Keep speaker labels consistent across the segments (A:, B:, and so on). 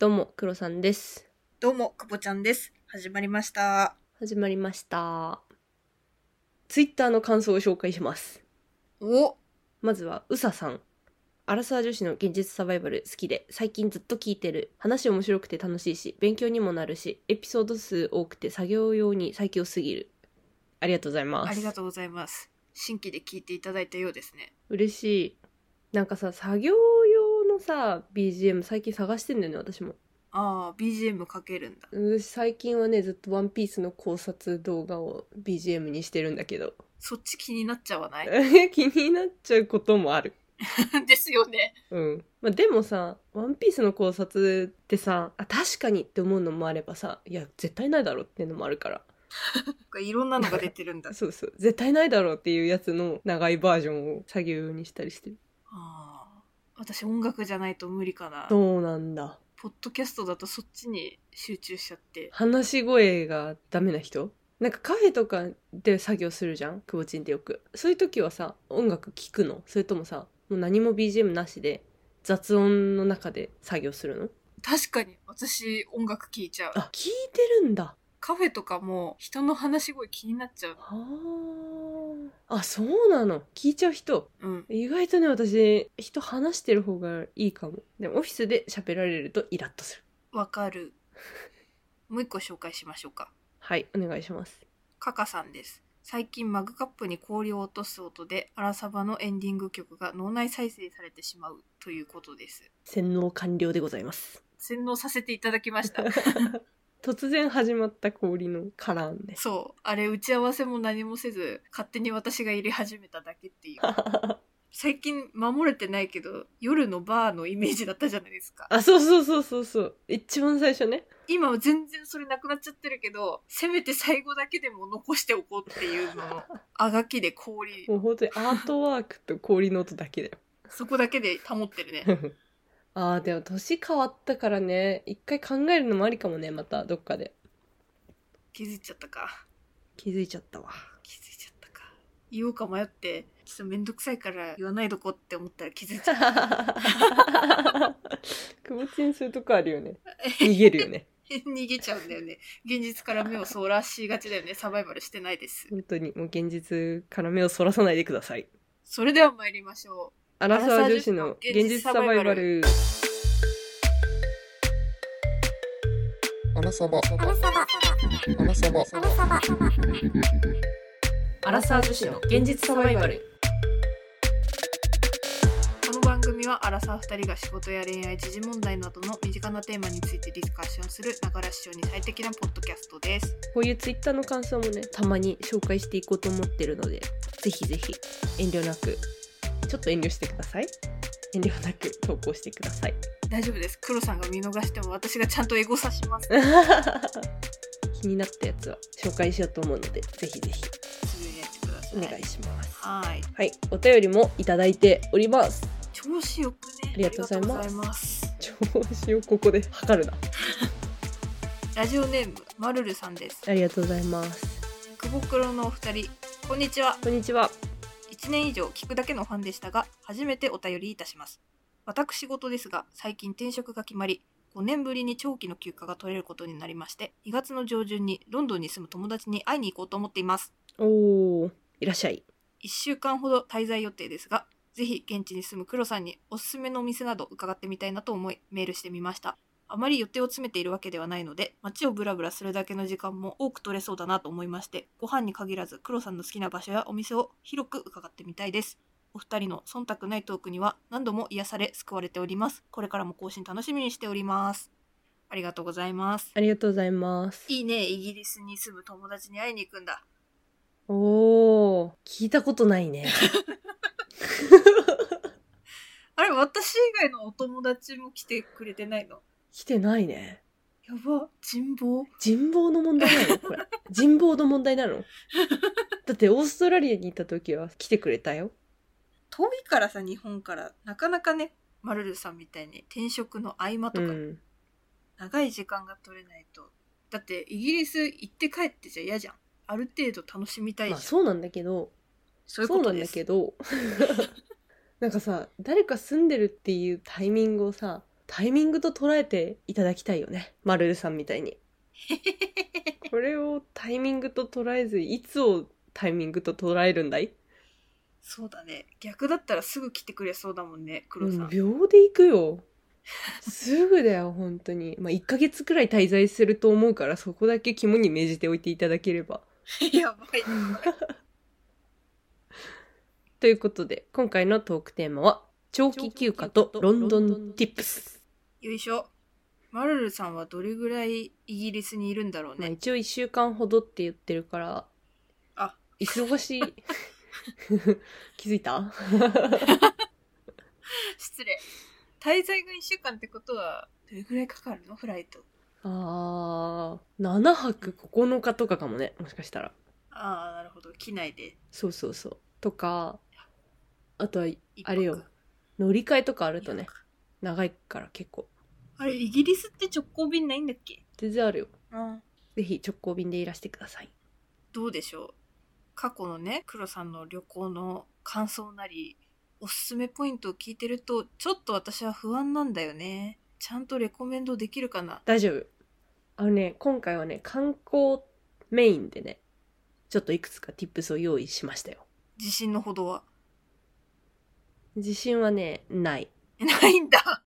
A: どうも、クロさんです。
B: どうも、くぼちゃんです。始まりました。
A: 始まりました。ツイッターの感想を紹介します。
B: お
A: まずは、うささん。アラサー女子の現実サバイバル好きで、最近ずっと聞いてる。話面白くて楽しいし、勉強にもなるし、エピソード数多くて作業用に最強すぎる。ありがとうございます。
B: ありがとうございます。新規で聞いていただいたようですね。
A: 嬉しい。なんかさ、作業用のさ、BGM 最近探してんだよね、私も。
B: ああ、BGM かけるんだ。
A: 私最近はね、ずっとワンピースの考察動画を BGM にしてるんだけど。
B: そっち気になっちゃわ な い
A: 気になっちゃうこともある。
B: ですよね。
A: うん。まあ、でもさ、ワンピースの考察ってさ、あ、確かにって思うのもあればさ、いや、絶対ないだろうっていうのもあるから。
B: いろんなのが出てるんだ。
A: そうそう。絶対ないだろうっていうやつの長いバージョンを作業用にしたりしてる。
B: ああ、私音楽じゃないと無理かな。
A: そうなんだ。
B: ポッドキャストだとそっちに集中しちゃって。
A: 話し声がダメな人なんかカフェとかで作業するじゃんくぼちんってよく。そういう時はさ、音楽聴くのそれともさ、もう何も BGM なしで雑音の中で作業するの
B: 確かに、私音楽聞いちゃう。
A: あ、聞いてるんだ。
B: カフェとかも人の話し声気になっちゃう。
A: ああ。あ、そうなの。聞いちゃう人。
B: うん。
A: 意外とね、私、人話してる方がいいかも。でも、オフィスで喋られるとイラッとする。
B: わかる。もう一個紹介しましょうか。
A: はい、お願いします。
B: カカさんです。最近マグカップに氷を落とす音で、アラサバのエンディング曲が脳内再生されてしまうということです。
A: 洗脳完了でございます。
B: 洗脳させていただきました。
A: 突然始まった氷のカラーンです。
B: そう。あれ、打ち合わせも何もせず、勝手に私が入れ始めただけっていう。最近守れてないけど、夜のバーのイメージだったじゃないですか。
A: あ、そうそうそうそうそう。一番最初ね。
B: 今は全然それなくなっちゃってるけど、せめて最後だけでも残しておこうっていうのを、あがきで氷、
A: もう本当にアートワークと氷の音だけだよ。
B: そこだけで保ってるね。
A: ああ、でも年変わったからね、一回考えるのもありかもね、またどっかで。
B: 気づいちゃったか。
A: 気づいちゃったわ。
B: 気づいちゃったか言おうか迷ってちょっとめんどくさいから言わないどこって思ったら気づいちゃった
A: くぼちんするとこあるよね。逃げるよね。
B: 逃げちゃうんだよね現実から目をそらしがちだよねサバイバルしてないです
A: 本当に、もう現実から目をそらさないでください。
B: それでは参りましょ
A: アラサー女子の現実サバイバル。
C: アラサバ。
D: アラサバ
C: アラサバ。
D: アラサバ
A: アラサー女子の現実サバイバル。
B: うこの番組はアラサー2人が仕事や恋愛時事問題などの身近なテーマについてディスカッションするながら視聴に最適なポッドキャストです
A: こういうツイッターの感想もね、たまに紹介していこうと思ってるので、ぜひぜひ遠慮なく、ちょっと遠慮してください。遠慮なく投稿してください。
B: 大丈夫です黒さんが見逃しても私がちゃんとエゴさします
A: 気になったやつは紹介しようと思うので、ぜひぜひ
B: すぐにやってください
A: お願いします。
B: はい
A: はい、お便りもいただいております。
B: 調子よくね
A: ありがとうございます
B: ありがとうございます
A: 調子をここで 測るな。
B: ラジオネームまるるさんです
A: ありがとうございます。
B: 久保黒のお二人こんにちは
A: こんにちは。
B: 1年以上聞くだけのファンでしたが初めてお便りいたします私事ですが最近転職が決まり5年ぶりに長期の休暇が取れることになりまして2月の上旬にロンドンに住む友達に会いに行こうと思っています
A: おお、いらっしゃい。
B: 1週間ほど滞在予定ですがぜひ現地に住む黒さんにおすすめのお店など伺ってみたいなと思いメールしてみましたあまり予定を詰めているわけではないので街をブラブラするだけの時間も多く取れそうだなと思いましてご飯に限らず黒さんの好きな場所やお店を広く伺ってみたいですお二人の忖度ないトークには何度も癒され救われておりますこれからも更新楽しみにしておりますありがとうございます
A: ありがとうございます。
B: いいねイギリスに住む友達に会いに行くんだ
A: おお、聞いたことないね。
B: あれ私以外のお友達も来てくれてないの
A: 来てないね。
B: やば、人望
A: 人望の問題なのこれ。 人望の問題 なのだってオーストラリアに行った時は来てくれたよ。
B: 遠いからさ、日本から。なかなかね、マルルさんみたいに転職の合間と
A: う
B: か、
A: ん。
B: 長い時間が取れないと。だって、イギリス行って帰ってじゃ嫌じゃん。ある程度楽しみたいじ
A: ま
B: ゃ
A: あ
B: ん。
A: そうなんだけど、
B: そういう
A: そ
B: こ
A: うな
B: と
A: ん
B: で
A: だ
B: す。
A: けどなんかさ誰か住んでるっていうタイミングをさタイミングと捉えていただきたいよね。マルルさんみた いに。これをタイミングと捉えず、いつをタイミングと捉えるんだい
B: そうだね逆だったらすぐ来てくれそうだもんね黒さん、
A: うん秒で行くよ。すぐだよ、本当に。まあ、1ヶ 月くらい滞在すると思うから、そこだけ肝に銘じておいていただければ。
B: やばい
A: ということで、今回のトークテーマは、長期休暇とロンドンティップス。
B: よいしょマルルさんはどれぐらいイギリスにいるんだろう
A: まあ、
B: ね、
A: 一応1週間ほどって言ってるから、
B: あ
A: 忙しい。 気づいた
B: 失礼滞在が1週間ってことはどれぐらいかかるのフライト
A: あー、7泊9日とかかもね、もしかしたら。
B: ああなるほど機内で
A: そうそうそう。とか、あとは
B: 一泊
A: あれよ乗り換えとかあると
B: いい
A: ね
B: の、か
A: 長いから結構。
B: あれイギリスって直行便ないんだっけ
A: 全然あるよ。
B: うん
A: ぜひ直行便でいらしてください。
B: どうでしょう過去のね黒さんの旅行の感想なりおすすめポイントを聞いてるとちょっと私は不安なんだよねちゃんとレコメンドできるかな
A: 大丈夫。あのね、今回はね、観光メインでね、ちょっといくつか tips を用意しましたよ。
B: 自信のほどは
A: 自信はね、ない。
B: ないんだ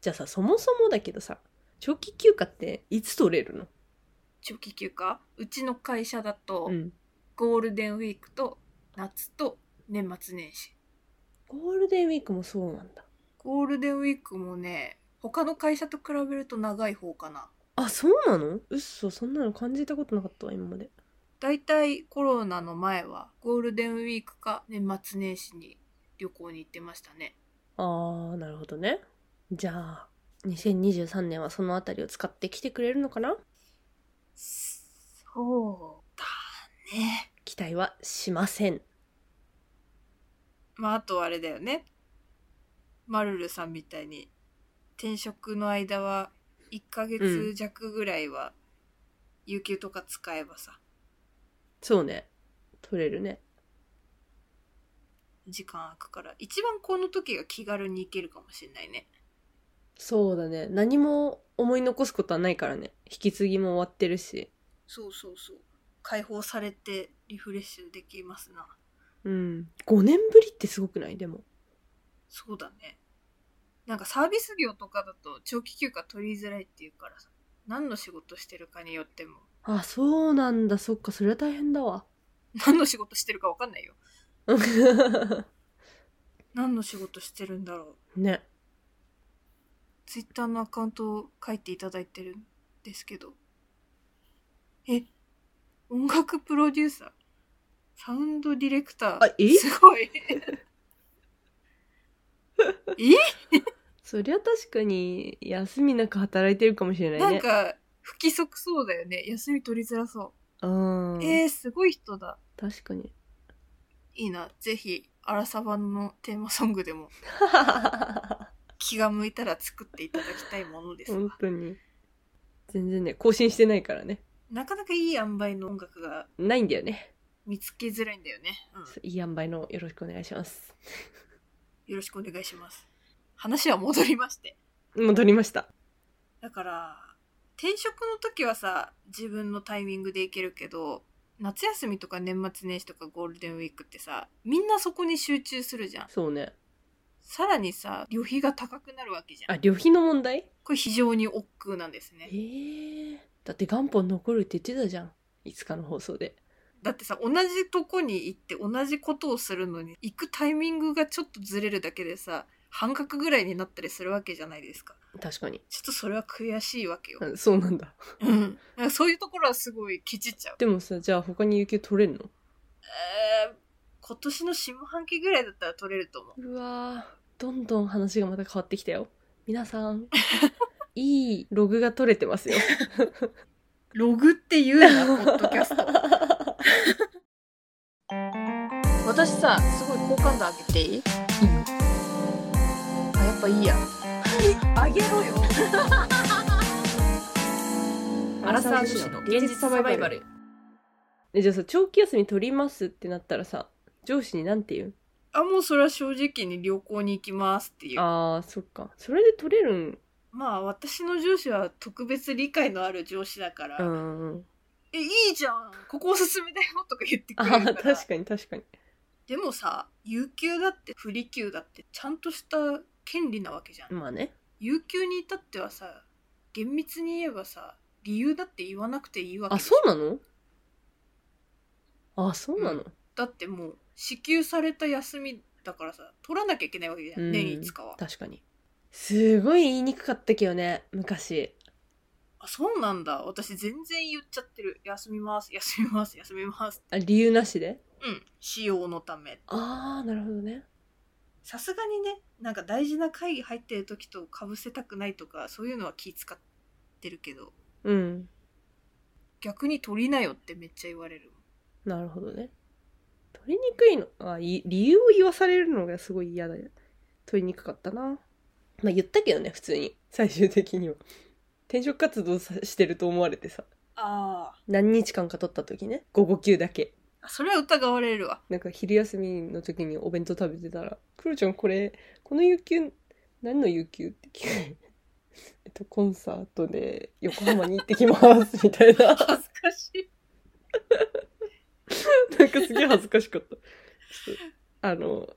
A: じゃあさ、そもそもだけどさ、長期休暇っていつ取れるの
B: 長期休暇うちの会社だと、
A: うん。
B: ゴールデンウィークと夏と年末年始
A: ゴールデンウィークもそうなんだ。
B: ゴールデンウィークもね他の会社と比べると長い方かな
A: あ、そうなのうっそ、そんなの感じたことなかったわ、今まで。
B: だいたいコロナの前はゴールデンウィークか年末年始に旅行に行ってましたね
A: あー、なるほどね。じゃあ、2023年はそのあたりを使ってきてくれるのかな
B: そうだね
A: 期待はしません。
B: まああとあれだよねマルルさんみたいに転職の間は1ヶ月弱ぐらいは有給とか使えばさ、
A: そうね。取れるね。
B: 時間空くから一番この時が気軽に行けるかもしれないね
A: そうだね。何も思い残すことはないからね。引き継ぎも終わってるし。
B: そうそうそう解放されてリフレッシュできますな
A: うん。5年ぶりってすごくないでも。
B: そうだねなんかサービス業とかだと長期休暇取りづらいっていうからさ何の仕事してるかによっても
A: あ、そうなんだ。そっか。それは大変だ わ。
B: 何の仕事してるか分かんないよ何の仕事してるんだろう
A: ね。
B: ツイッターのアカウントを書いていただいてるんですけどえ音楽プロデューサーサウンドディレクター
A: あえ
B: すごいえ
A: そりゃ確かに、休みなく働いてるかもしれないね。
B: なんか不規則そうだよね休み取りづらそう
A: うん。
B: えー、すごい人だ。
A: 確か に。
B: いいな。ぜひ、アラサバのテーマソングでも気が向いたら作っていただきたいものです
A: 本
B: が。
A: 当に。全然ね、更新してないからね。
B: なかなかいい塩梅の音楽が
A: ないんだよね。
B: 見つけづらいんだよね。うん。
A: いい塩梅のよろしくお願いします。
B: よろしくお願いします。話は戻りまして。
A: 戻りました。
B: だから、転職の時はさ、自分のタイミングで行けるけど、夏休みとか年末年始とかゴールデンウィークってさ、みんなそこに集中するじゃん。
A: そうね。
B: さらにさ、旅費が高くなるわけじゃ
A: あ、
B: ん。
A: 旅費の問題
B: これ非常に億劫なんですね
A: え。ー、だって元本残るって言ってたじゃんいつかの放送で
B: だってさ同じとこに行って同じことをするのに行くタイミングがちょっとずれるだけでさ半額ぐらいになったりするわけじゃないですか
A: 確かに
B: ちょっとそれは悔しいわけよ、
A: あそうなんだ
B: うん、なんかそういうところはすごいケチっちゃう、
A: でもさじゃあ他に有給取れるの
B: えー今年の下半期ぐらいだったら取れると思う
A: うわーどんどん話がまた変わってきたよ皆さ んいいログが取れてますよ
B: ログって言うなポッドキャスト 私さすごい好感度上げていいあやっぱいい や
A: あげろよ
B: アラサー女子の現実サバイバル
A: えじゃあさ長期休み取りますってなったらさ上司になんて言う
B: あ、もうそれは正直に旅行に行きますっていう。
A: ああ、そっか。それで取れるん。
B: まあ私の上司は特別理解のある上司だから、
A: うんうん。
B: え、いいじゃんここおすすめだよとか言ってく
A: あ
B: れるから
A: あ、。 確かに確かに。
B: でもさ、有給だって不利休だってちゃんとした権利なわけじゃん。
A: まあね。
B: 有給に至ってはさ、厳密に言えばさ、理由だって言わなくていいわけ
A: あ、
B: でしょ
A: そうなのあ、そうなの、
B: だってもう支給された休みだからさ取らなきゃいけないわけじゃん、
A: うん
B: 年5日は
A: 確かに。すごい言いにくかったけどね、昔。
B: あそうなんだ私全然言っちゃってる休みます休みます休みます
A: あ理由なしで
B: うん使用のため
A: ああ、なるほどね。
B: さすがにねなんか大事な会議入ってる時とかぶせたくないとかそういうのは気使ってるけど
A: うん。
B: 逆に取りなよってめっちゃ言われる
A: なるほどね。取りにくいの、あ、い理由を言わされるのがすごい嫌だよ。取りにくかったな。まあ言ったけどね、普通に。最終的には。転職活動さしてると思われてさ。
B: あ
A: 何日間か取った時ね。午後休だけ。
B: あそれは疑われるわ
A: なんか昼休みの時にお弁当食べてたら、クロちゃんこれ、この有給、何の有給って聞く。 えっと、コンサートで横浜に行ってきます、みたいな。
B: 恥ずかしい
A: なんかすげえ恥ずかしかった。ちょっとあの、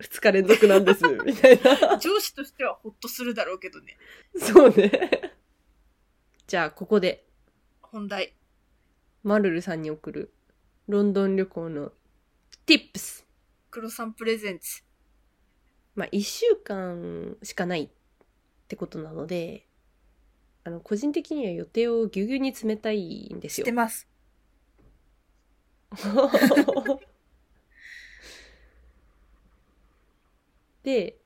A: 二日連続 なんです、みたいな。
B: 上司としてはホッとするだろうけどね
A: そうね。じゃあ、ここで、
B: 本題
A: マルルさんに送る、ロンドン旅行の tips。
B: 黒さんプレゼンツ
A: まあ、一週間しかないってことなので、あの、個人的には予定をぎゅうぎゅうに詰めたいんです
B: し
A: よ
B: て。ます
A: で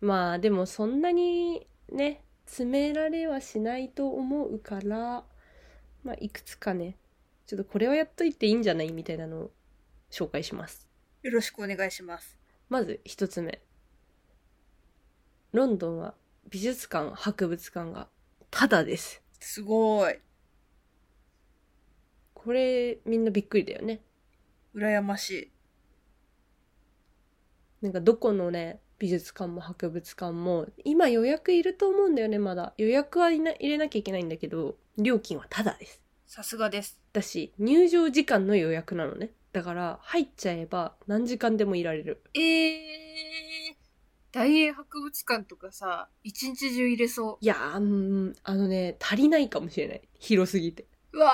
A: まあでもそんなにね詰められはしないと思うからまあいくつかねちょっとこれはやっといていいんじゃないみたいなのを紹介します
B: よろしくお願いします
A: まず一つ目ロンドンは美術館博物館がタダです
B: すごい。
A: これみんなびっくりだよね
B: 羨ましい。
A: なんかどこのね美術館も博物館も今予約いると思うんだよねまだ予約はいな入れなきゃいけないんだけど料金はタダです
B: さすがです。
A: だし入場時間の予約なのねだから入っちゃえば何時間でもいられる
B: えー、大英博物館とかさ、一日中入れそ
A: いやーうーんあのね足りないかもしれない広すぎて
B: う。うわー、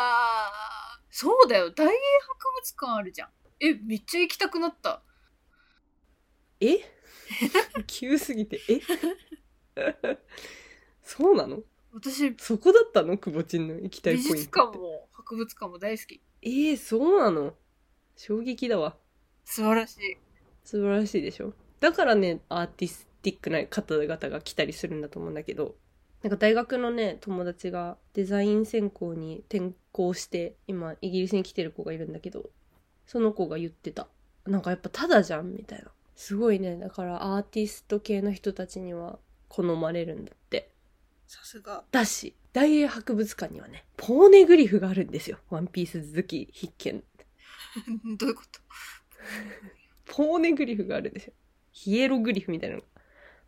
B: そうだよ。大英博物館あるじゃん。え、めっちゃ行きたくなった。
A: え急すぎてえ そうなの
B: 私、
A: そこだったのくぼちんの行きたい
B: 美
A: ポイ
B: 術
A: ントっ
B: 館
A: て
B: も博物館も大好き。
A: えー、そうなの衝撃だわ
B: 素晴らしい。
A: 素晴らしいでしょだからねアーティスティックな方々が来たりするんだと思うんだけどなんか大学のね友達がデザイン専攻に転校して今イギリスに来てる子がいるんだけどその子が言ってたなんかやっぱただじゃんみたいなすごいねだからアーティスト系の人たちには好まれるんだって
B: さすが。
A: だし大英博物館にはねポーネグリフがあるんですよワンピース好き必見
B: どういうこ
A: ポーネグリフがあるんですよヒエログリフみたいなのが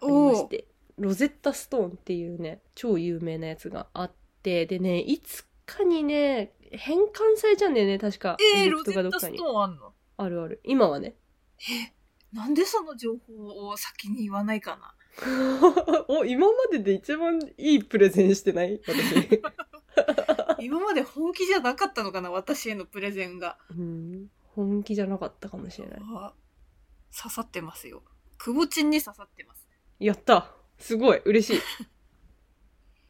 B: と
A: ありまし
B: おー
A: てロゼッタストーンっていうね超有名なやつがあってでねいつかにね返還されちゃうんだよね確か
B: えー、
A: エ
B: ロ
A: ジプト
B: ゼ
A: かど
B: ッタ
A: っか
B: ス
A: に
B: トーンあんの
A: あるある今はね
B: なんでその情報を先に言わないかな
A: お今までで一番いいプレゼンしてない 私
B: 今まで本気じゃなかったのかな私へのプレゼンが。
A: うん本気じゃなかったかもしれない
B: あ刺さってますよ。くぼちんに刺さってます。
A: やったすごい嬉しい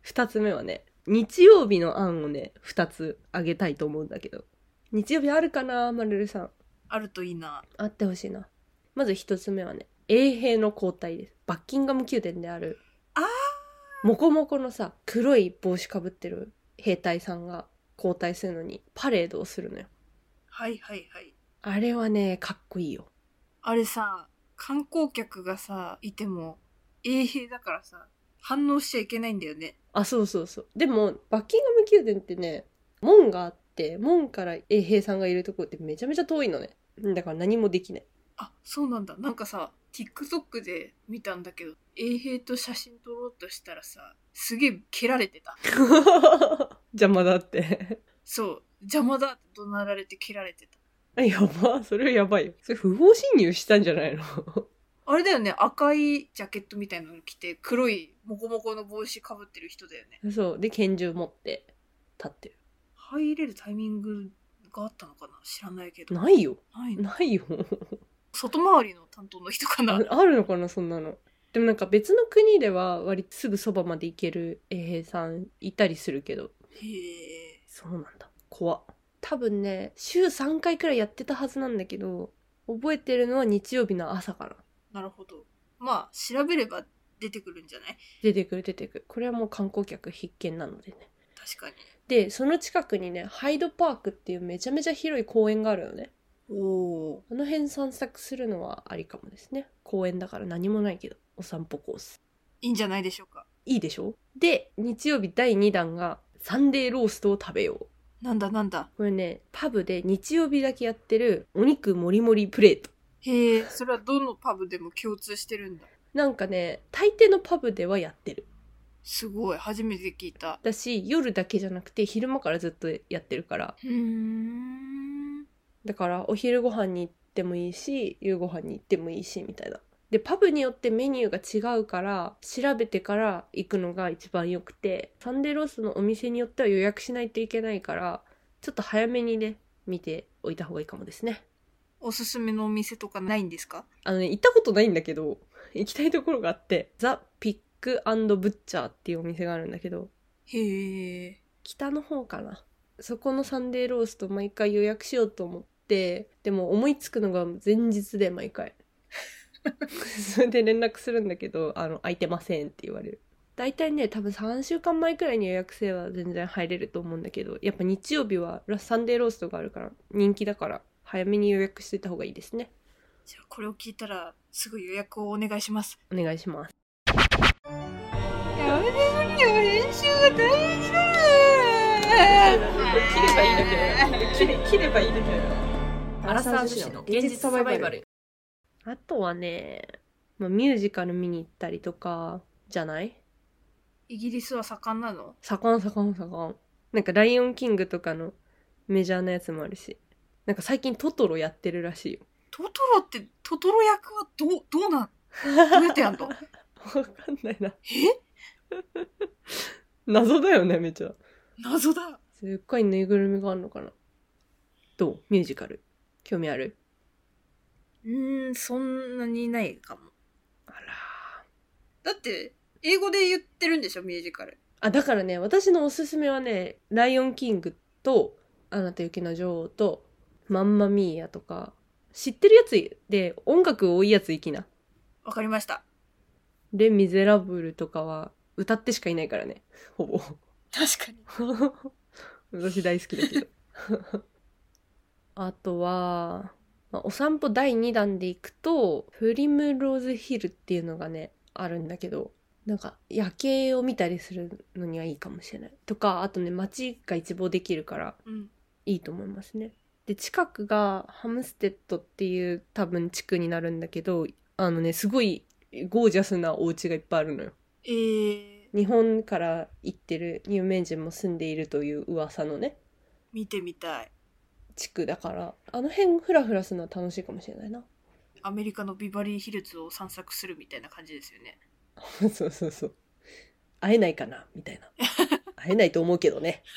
A: 二つ目はね、日曜日の案をね、二つあげたいと思うんだけど。日曜日あるかなまるるさん。
B: あるといいな。
A: あってほしいな。まず一つ目はね、衛兵の交代です。バッキンガム宮殿である。
B: あー
A: モコモコのさ、黒い帽子かぶってる兵隊さんが交代するのにパレードをするのよ。
B: はいはいはい。
A: あれはね、かっこいいよ。
B: あれさ、観光客がさ、いても、衛兵だからさ、反応しちゃいけないんだよね。
A: あ、そうそうそう。でも、バッキンガム宮殿ってね、門があって、門から衛兵さんがいるところってめちゃめちゃ遠いのね。だから何もできない。
B: あそうなんだなんかさ TikTok で見たんだけど衛兵と写真撮ろうとしたらさすげえ蹴られてた
A: 邪魔だって。
B: そう邪魔だって怒鳴られて蹴られてた
A: あやば。それはやばいよ。それ不法侵入したんじゃないの
B: あれだよね赤いジャケットみたいなの着て黒いモコモコの帽子かぶってる人だよね
A: そう。で、拳銃持って立ってる。
B: 入れるタイミングがあったのかな知らないけど
A: ないよ。
B: ないの
A: ないよ。
B: 外回りの担当の人かな
A: ああるのかなそんなの。でもなんか別の国では割とすぐそばまで行ける衛兵さんいたりするけど。
B: へえ
A: そうなんだ。怖っ多分ね、週3回くらいやってたはずなんだけど、覚えてるのは日曜日の朝かな。
B: なるほどまあ調べれば出てくるんじゃない
A: 出てくる出てくる。これはもう観光客必見なのでね。
B: 確かに
A: で、その近くにね、ハイドパークっていうめちゃめちゃ広い公園があるよね。
B: おお
A: あの辺散策するのはありかもですね。公園だから何もないけど、お散歩コース。
B: いいんじゃないでしょうか
A: いいでしょで、日曜日第2弾が、サンデーローストを食べよう。
B: なんだなんだ
A: これね、パブで日曜日だけやってるお肉もりもりプレート。
B: へえそれはどのパブでも共通してるんだ
A: なんかね、大抵のパブではやってる。
B: すごい初めて聞いた
A: だし、夜だけじゃなくて昼間からずっとやってるから。
B: うーん
A: だから、お昼ご飯に行ってもいいし、夕ご飯に行ってもいいし、みたいな。で、パブによってメニューが違うから、調べてから行くのが一番良くて、サンデーロースのお店によっては予約しないといけないから、ちょっと早めにね、見ておいた方がいいかもですね。
B: おすすめのお店とかないんですか
A: あのね、行ったことないんだけど、行きたいところがあって、ザ・ピックブッチャーっていうお店があるんだけど、
B: へえ
A: 北の方かなそこのサンデーロースト毎回予約しようと思ってでも思いつくのが前日で毎回 それで連絡するんだけど「あの空いてません」って言われる大体ね多分3週間前くらいに予約すれば全然入れると思うんだけどやっぱ日曜日はラサンデーローストがあるから人気だから早めに予約しといた方がいいですね
B: じゃあこれを聞いたらすぐ予約をお願いします
A: お願いします
B: やめて無理よ練習が大変だよ
A: けど切ればいいだけだよ
B: アラサー女子の現実サバイバル
A: あとはね、まあ、ミュージカル見に行ったりとかじゃない
B: イギリスは盛んなの
A: 盛ん盛ん盛んなんか「ライオンキング」とかのメジャーなやつもあるしなんか最近トトロやってるらしいよ
B: トトロってトトロ役はどうどうなんどうやってやんの
A: わかんないな
B: え
A: 謎だよねめちゃ
B: 謎だ
A: すっごいぬいぐるみがあるのかなどうミュージカル興味ある
B: うーんそんなにないかも
A: あら
B: だって英語で言ってるんでしょミュージカル
A: あだからね私のおすすめはね「ライオンキング」と「アナと雪の女王」と「マンマミーヤ」とか知ってるやつで音楽多いやついきな
B: わかりました
A: 「レ・ミゼラブル」とかは歌ってしかいないからねほぼ
B: 確かに
A: 私大好きだけどあとは、まあお散歩第2弾で行くとプリムローズヒルっていうのがねあるんだけどなんか夜景を見たりするのにはいいかもしれないとかあとね街が一望できるから
B: うん
A: いいと思いますね。で近くがハムステッドっていう多分地区になるんだけどあのねすごいゴージャスなお家がいっぱいあるのよ。
B: えー、
A: 日本から行ってる有名人も住んでいるという噂のね
B: 見てみたい
A: 地区だからあの辺フラフラするのは楽しいかもしれないな。
B: アメリカのビバリーヒルズを散策するみたいな感じですよね
A: そうそうそう。会えないかなみたいな。会えないと思うけどね。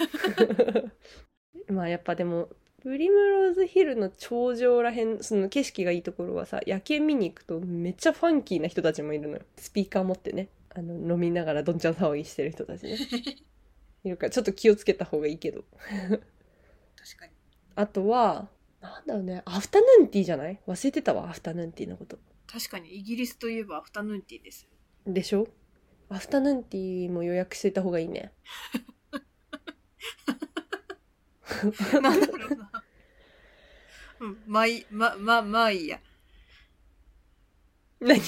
A: まあやっぱでも、ブリムローズヒルの頂上らへん、その景色がいいところはさ、夜景見に行くとめっちゃファンキーな人たちもいるのよ。スピーカー持ってね。あの、飲みながらどんちゃん騒ぎしてる人たちね。いるから、ちょっと気をつけた方がいいけど。
B: 確かに
A: あとは、なんだろうね、アフタヌーンティーじゃない忘れてたわ、アフタヌーンティーのこと。
B: 確かにイギリスといえばアフタヌーンティー です
A: でしょアフタヌーンティーも予約していた方がいいね。
B: なんだろうなうんまあいいまままあいいや
A: 何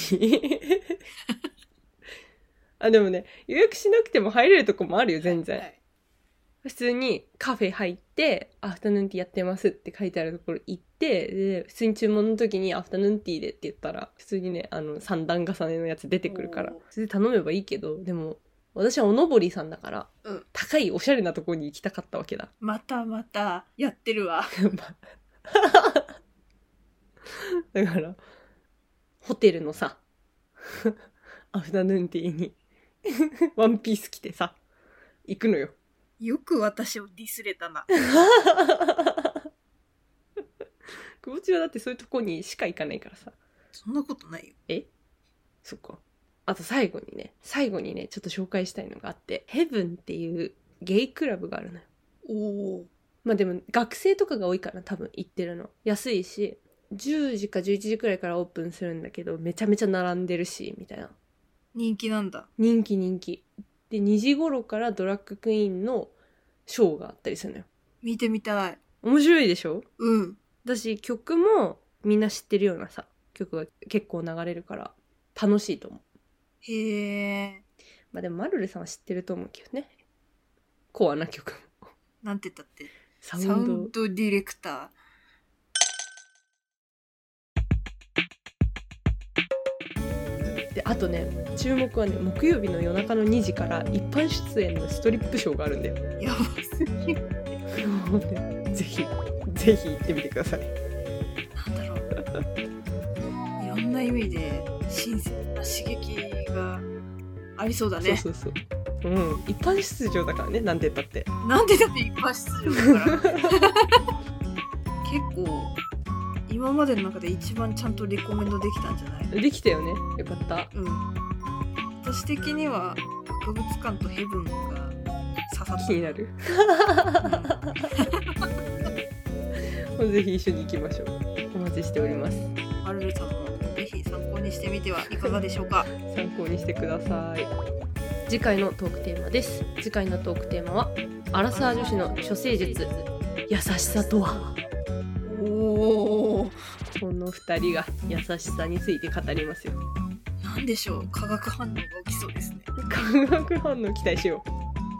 A: あ、でもね、予約しなくても入れるとこもあるよ、全然。
B: はい
A: 普通にカフェ入って、アフタヌーンティーやってますって書いてあるところ行って、で、普通に注文の時にアフタヌーンティーでって言ったら、普通にね、あの、三段重ねのやつ出てくるから
B: おー、
A: それで頼めばいいけど、でも、私はおのぼりさんだから、
B: うん
A: 高いおしゃれなところに行きたかったわけだ。
B: またまたやってるわ。
A: だから、ホテルのさ、 アフタヌーンティーに、ワンピース着てさ、行くのよ。
B: よく私をディスれたな。
A: 久保ちはだってそういうとこにしか行かないからさ。
B: そんなことないよ。
A: そっか。あと最後にね、最後にね、ちょっと紹介したいのがあって、ヘブンっていうゲイクラブがあるのよ。
B: おお。
A: まあでも学生とかが多いから多分行ってるの。安いし、10時か11時くらいからオープンするんだけど、めちゃめちゃ並んでるし、みたいな。
B: 人気なんだ。
A: 人気人気。で、2時頃からドラッグクイーンのショーがあったりするのよ。
B: 見てみたい。
A: 面白いでしょ
B: うん。
A: だし、曲もみんな知ってるようなさ、曲が結構流れるから、楽しいと思う。
B: へえ。
A: まあでも、マルルさんは知ってると思うけどね。コアな曲も。
B: なんて言ったって。
A: サウン
B: サ
A: ド。
B: ウンドディレクタ
A: で、あとね、注目はね、木曜日の夜中の2時から一般出演のストリップショーがあるんだよ。
B: ー。やばすぎる。
A: もうねぜひ、ぜひ行ってみてください。
B: なんだろう。いろんな意味で、新鮮な刺激がありそうだね。
A: そうそうそう。うん、一般出場だからね、なんて言ったって。
B: なんでだって一般出場だから結構今までの中で一番ちゃんとレコメンドできたんじゃない
A: できたよね。よかった。
B: うん私的には博物館とヘブンが刺さっ
A: 気になる。
B: た、うん
A: もうぜひ一緒に行きましょう。お待ちしております。
B: マルルさんもぜひ参考にしてみてはいかがでしょうか
A: 参考にしてください次回のトークテーマです次回のトークテーマはアラサー女子の処世術優しさとは
B: おお
A: この二人が優しさについて語りますよ
B: なんでしょう化学反応が起きそうですね
A: 化学反応期待しよう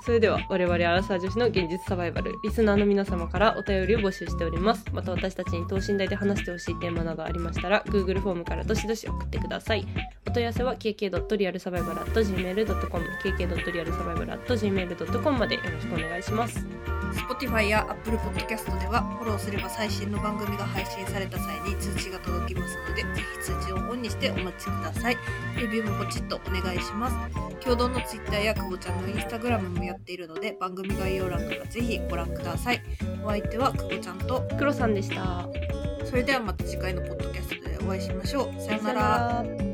A: それでは我々アラサー女子の現実サバイバルリスナーの皆様からお便りを募集しておりますまた私たちに等身大で話してほしいテーマなどありましたら Google フォームからどしどし送ってくださいお問い合わせは kk.realsurvival.gmail.com kk.realsurvival.gmail.com までよろしくお願いします
B: Spotify や Apple Podcast ではフォローすれば最新の番組が配信された際に通知が届きますのでぜひ通知をオンにしてお待ちくださいレビューもポチッとお願いします共同の Twitter やかぼちゃんの Instagram もやっているので番組概要欄からぜひご覧くださいお相手はかぼちゃんと
A: 黒さんでした
B: それではまた次回のポッドキャストでお会いしましょうさようなら
A: ら